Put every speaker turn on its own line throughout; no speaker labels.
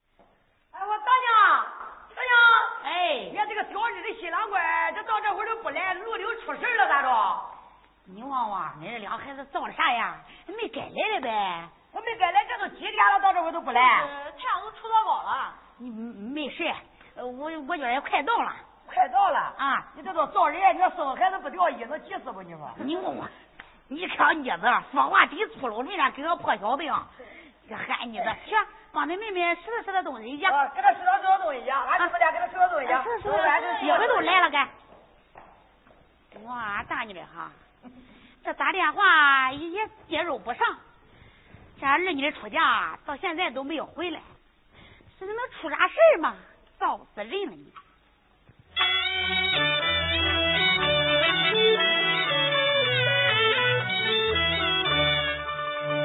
哎
哎忙啊，恁这俩孩子找了啥呀？没该来的呗。
我没该来，这都几天了，到这会都不来。
呃太阳都出到饱了，
你没事，呃我我觉得也快到了
快到了，
啊。
你这都找人家，你说送孩子不掉衣，能急死不？你说。
你问我，你这妮子说话贼粗鲁，你俩跟个破小子一样。这憨妮子，去帮恁妹妹拾掇拾掇东西去。
啊，给他吃点小东西呀，俺你们俩给他吃点东西呀。
是是，
我俺就是
一会儿都来了该。哇，大女的哈，这打电话也接入不上，这二女的出嫁到现在都没有回来，是能出啥事儿吗？造死人了你！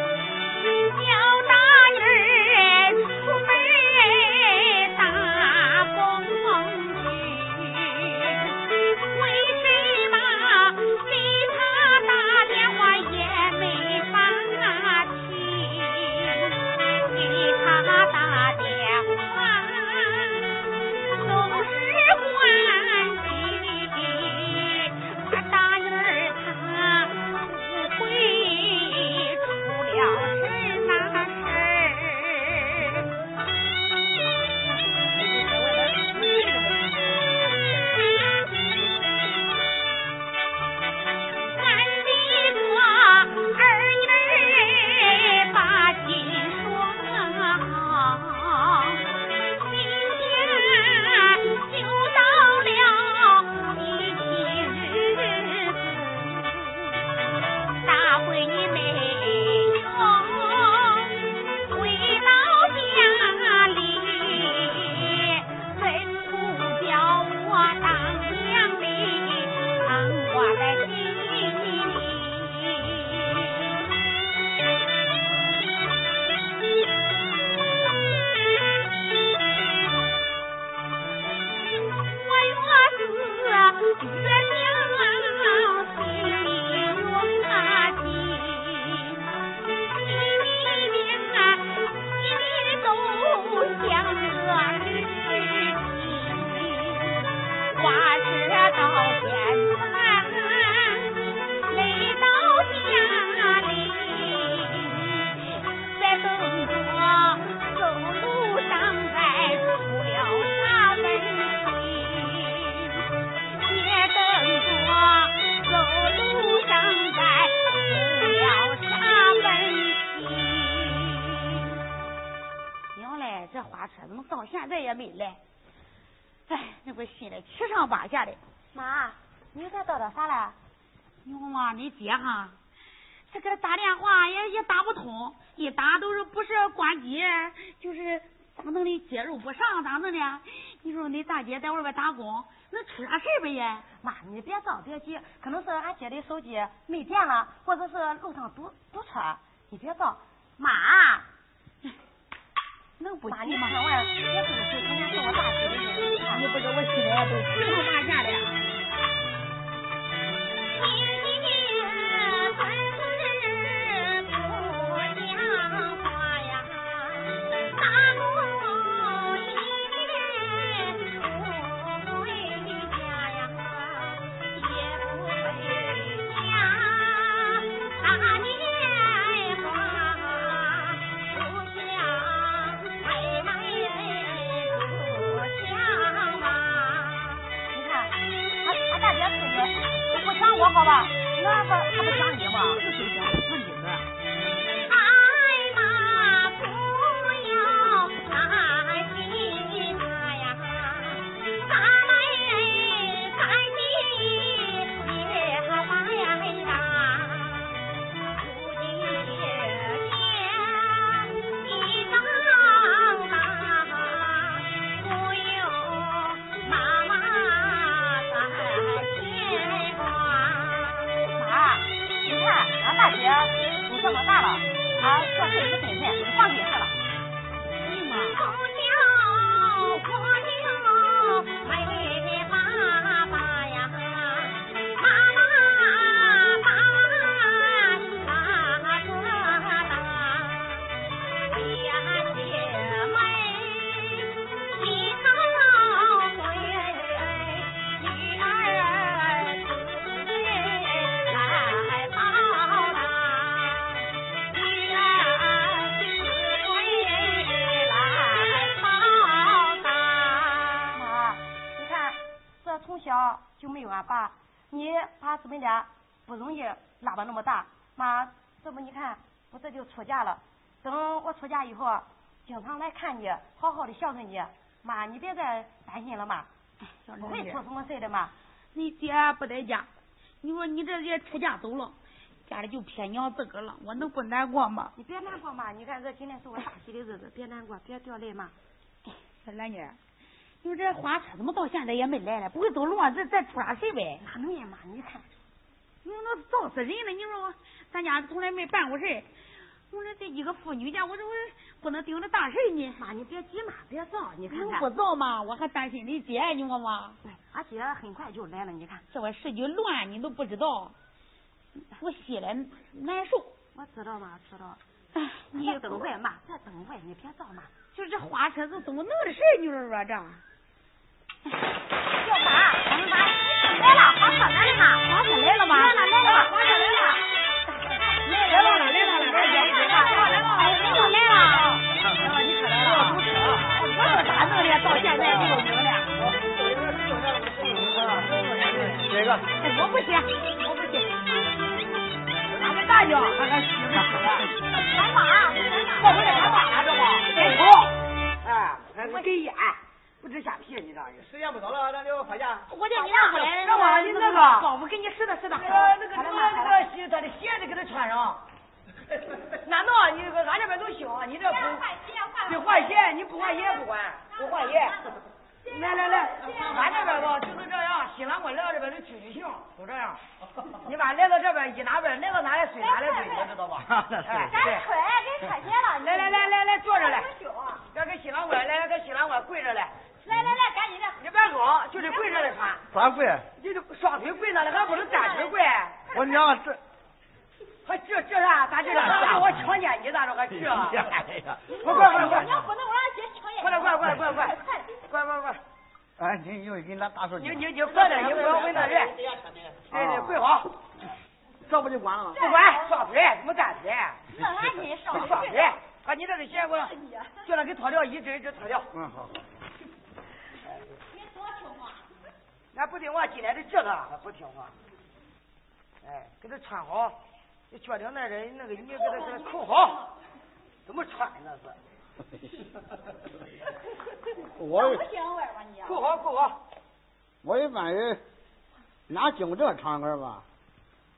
要大女儿出门打工去，为什么给她打电话也没法听？给她打电话总是关机，大女儿她不会出
啊
了是哪事儿？俺的个儿女把金双好，今天就到了一起日子，大闺女没有回到家里，真不叫我当娘的伤我的心。我越是越想心里我发急，心里面啊，心里都想着日记，花枝到现在累到家里，在等着走路上该出了啥问题。也等着走路上该出了啥问题。娘嘞，这花车怎么到现在也没来？哎，那不心里七上八下的。
妈，你这叨叨啥嘞？
娘啊，你姐哈，这给他打电话也也打不通，一打都是不是关机，就是咋弄的接入不上，咋弄的？你说你大姐在外边打工，能出啥事儿不也？
妈，你别着别急，可能是俺姐的手机没电了，或者是路上堵堵车，你别着。
妈，能不
妈，
急
你
吗？
看我也也是不是，今天是我大姐的生日，你不知我心里也都
七上八下的。
心里真是不像话呀，大公一日不回家呀，也不回家打电话，不想为难人，不想啊。
哎你看，俺俺大姐出去，就不想我好吧？啊
哎哎
就没有俺爸。你把姊妹俩不容易拉把那么大，妈，这不你看我这就出嫁了。等我出嫁以后啊，经常来看你，好好的孝顺你。妈，你别再担心了，妈，
小
不
玲
会
姐
出，什么事的，妈。
你爹不在家，你说你这也出家走了，家里就撇娘自个儿了，我能不难过吗？
你别难过，妈，你看这今天是我大喜的日子，别难过，别掉泪，妈。
小兰姐，你说这花车怎么到现在也没来呢？不会走路啊？这这出啥事呗？
哪能呀，妈？你看，
你说那造死人了！你说我咱家从来没办过事儿，我说这一个妇女家，我这我不能顶着大事儿呢。
妈，你别急嘛，别躁，你看
能
看
不，造吗？嗯我还担心你姐，你知道吗？
哎俺姐很快就来了，你看，
这我事情乱，你都不知道，我心里难受。
我知道嘛，知道。
哎，你
你
也
等
懂
会儿嘛，再等会儿，你别躁嘛。
就这花车是怎么弄的事儿？你说说这。
舅妈，咱们妈，来了，黄车来了吗？黄车来了吗？来了来了，黄车来了。来
来了来了来了来了来了来了
哎，来了来了。你可来
啊
了，
啊
我这咋弄的？到现在没有名了。
这个，
哎，我不写，我不写。
俺们大舅，俺俺媳妇咱妈，这不是咱妈来着吗？哎，
哎，那
我
个
给烟，不知下屁，你让人。
时间不早了，咱就回家。
我叫你让过来，
让我你那个
宝我给你拾掇拾掇。
那个那个那个鞋，他的鞋子给他穿上。哪弄啊？你这个俺这边都行，你这不得换鞋，你不换鞋不管，不换鞋。 来来来，俺这边吧就是这样，新郎官来到这边的拘拘行，都这 样。你把来到这边一哪边，来到哪来随哪来追，你知道吧？ 哎，对。
给扯下了，
来来来来来，坐着来，要给新郎官，来来给新郎官跪着来。
来来来，赶紧的，
你别光，就得跪着来穿，
咋贵？
你这双腿跪上了，还不能单腿跪。
我娘这，
还这这啥？咋这啥？ 我强奸你咋着？还这？
哎呀，
快快快快！
要不能我让姐瞧见。
过来过来过来过来过来！快快快！
哎，你你你拿大手
你你你快点，你不要为难人。对对，跪好，
这不就完了？
不管双腿，怎么单腿？
那俺也少
双腿。把你这个鞋给
哎
我，叫他给脱掉，一只一只脱掉。
嗯，好。
俺不听话，今天就这个，俺不听话。哎，给他穿好，这脚顶那人那个你给他给他扣好，怎么穿那是？
我
扣好扣好。
我一般人哪经过这场合吧？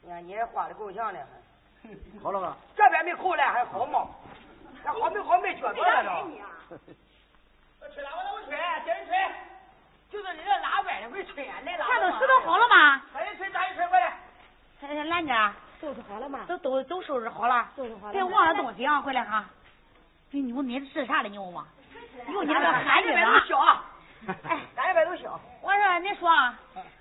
你哎看你这画的够像的，
好了吧？
这边没扣嘞，还好嘛？那好没好没觉着了都。吹喇叭都吹，接着哎吹，就是你这喇叭的会吹啊，来喇
看都拾掇好了吗？
赶紧吹，赶紧吹，快点！
哎，兰姐，
收拾好了吗？
都都都收拾好了，
收拾好了
别忘了东西啊，回来哈。你牛，你这啥了牛啊？
哎
牛你这喊
这
你
边都
了。
小，啊
哎，
咱这边都小。
我说你说啊，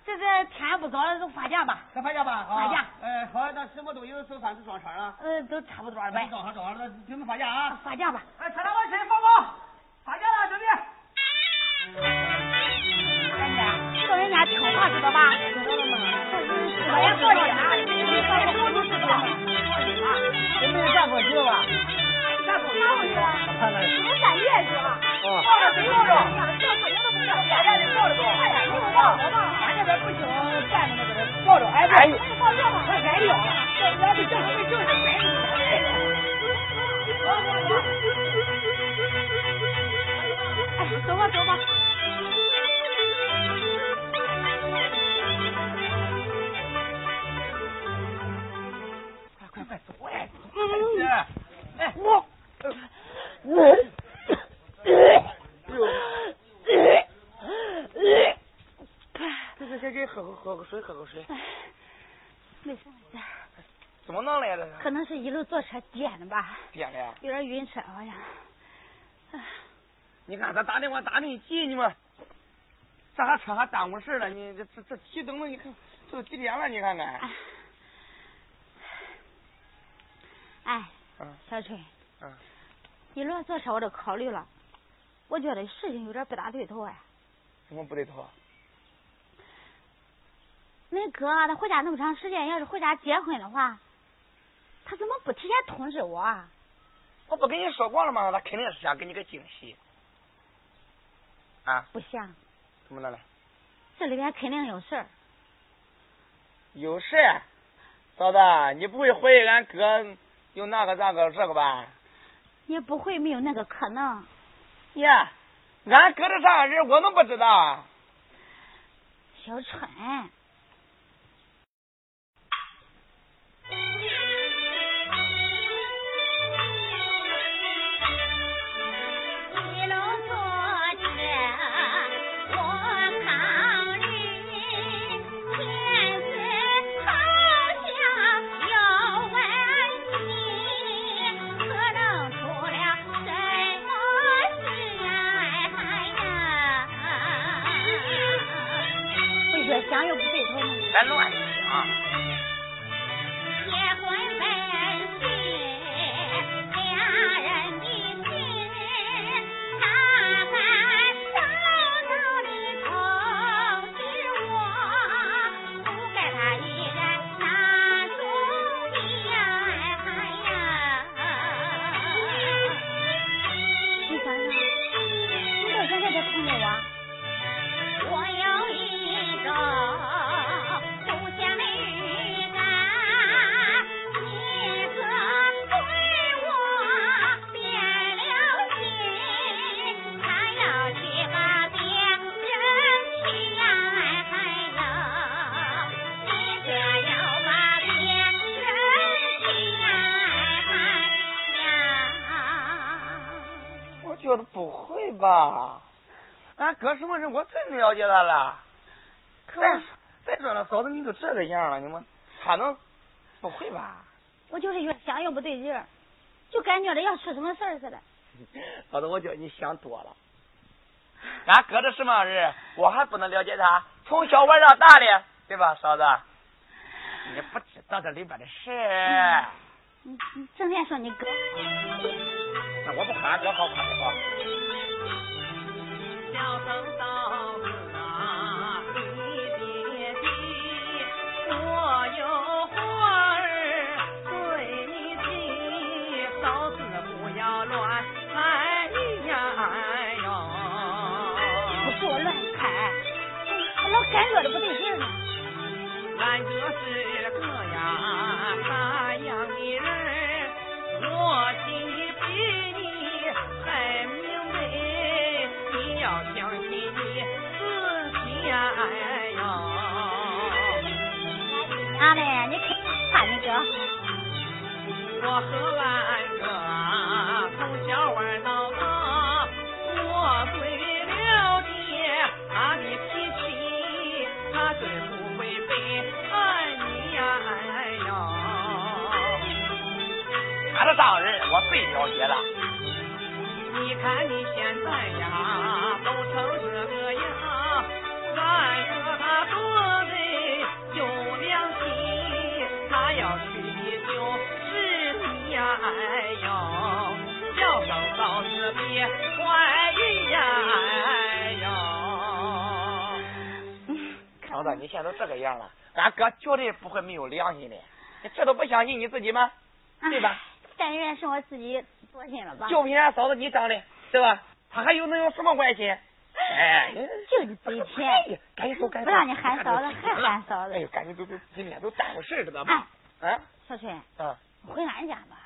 这这天不早了，都放假吧？
咱放假吧，
放假
哎，好，那什么东西都反正装车了。
呃，都差不多了呗
装，上装上，那你们放假啊！
放假吧。
哎，吹喇叭吹，放放，放假了，准备。
兰姐，知道人家听话知道吧？知道了吗？我也过去啊，你放假我就知道了。
你们干过去吧？
咱不去啊？
看来
您三月去了，
啊，
放着谁放着？
这不能都不能。
咱家得抱着走。
快点，你忘了吧？
咱这边不行，站着那个人抱着，哎，哎，
放这吧。
快改掉。这咱得正正正正改掉。
哎，走吧走吧。
快快快，走！哎，
哎，我，
这这这这，喝口喝口水，喝口水。
没事没事，
怎么弄来的？
可能是一路坐车颠的吧，
点的。
有点晕车好像。哎
你看咱打电话打那么急，你们这还车还耽误事了。你这这这急等等，你看都几点了？你看看。
哎哎，
嗯
小春，
嗯，
一路坐车我都考虑了，我觉得事情有点不大对头哎。
怎么不对头？啊
恁哥啊他回家那么长时间，要是回家结婚的话，他怎么不提前通知我啊？
我不跟你说过了吗？他肯定是想给你个惊喜。啊？
不行，
怎么了了？
这里边肯定有事儿。
有事儿。嫂子，你不会怀疑俺哥有那个那个这个吧？
也不会没有那个可能。
耶，俺哥是啥人，我能不知道啊？
小春，
一路坐着我扛人，天子好像要问你，可能出了什么事呀？
越想越不对头呢。
咱乱啊想，
结婚奔喜，两人的心看看吵闹的同时，我不该他一人难住的呀。
你想想，你到现在这朋友啊，
我有一种不祥的预感，你可对我变了心，他要去把别人去爱呀，你这要把别人去爱呀。
我觉得不会吧？俺啊哥什么人，我最了解他了。
可
再
我
说再说了，嫂子你都这个样了，你们他能不会吧？
我就是越想越不对劲儿，就感觉着要出什么事儿似的。
嫂子，我觉得你想多了。啊俺哥这什么人，我还不能了解他，从小玩到大的，对吧，嫂子？你不知道这里边的事儿，
你你整天说你哥，
那我不夸俺哥好夸你好。
小生到此啊，你别急，我有话儿对你提，嫂子不要乱来呀！哎
不
呦，
是我乱开，我老感觉着不对劲儿呢。
俺这是个呀啥样的人，我心里比你还明白，你要相信你自己呀！哎呦。
阿妹，你可怕你哥，
我和俺哥从小玩到大，我最了解他的脾气，他最不会背叛你呀、哎呦！
他这丈人，我最了解了。
你看你现在呀，都成这个样，俺哥他做的有良心，他要娶的就是你呀，哎呦！要生嫂子别怀孕呀，哎呦！
嫂子，你现在都这个样了，俺哥绝对不会没有良心的。你这都不相信你自己吗？对吧
哎？但愿是我自己多心了吧。
就凭俺啊嫂子你长的，对吧？他还有能有什么关系？哎，
就你嘴甜
哎呀赶紧走，赶紧
不
走
让你喊嫂子还喊嫂子
哎呦，赶紧走走，今天都耽误事儿知道
哎
吗？，啊
小春，
啊，
回俺家吧。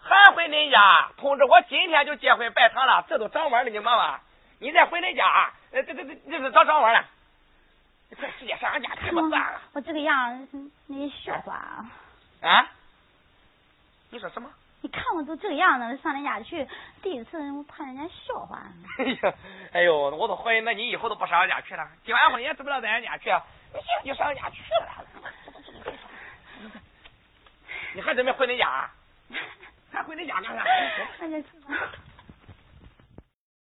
还回恁家？同志，我今天就结婚拜堂了，这都张弯了，你妈妈，你再回恁家，呃，这这这这都张张弯了，你快直接上俺家去吧，
嗯
算了
我这个样儿，你笑话啊。
啊！你说什么？
你看我都这个样子了，上人家去，第一次我怕人家笑话。
哎呀， 哎呦，我都怀疑那你以后都不上俺家去了，结完婚也怎么能在俺家去啊？你现在就上俺家去了，你还准备回恁家啊？还回恁家干啥？
哎那就去吧。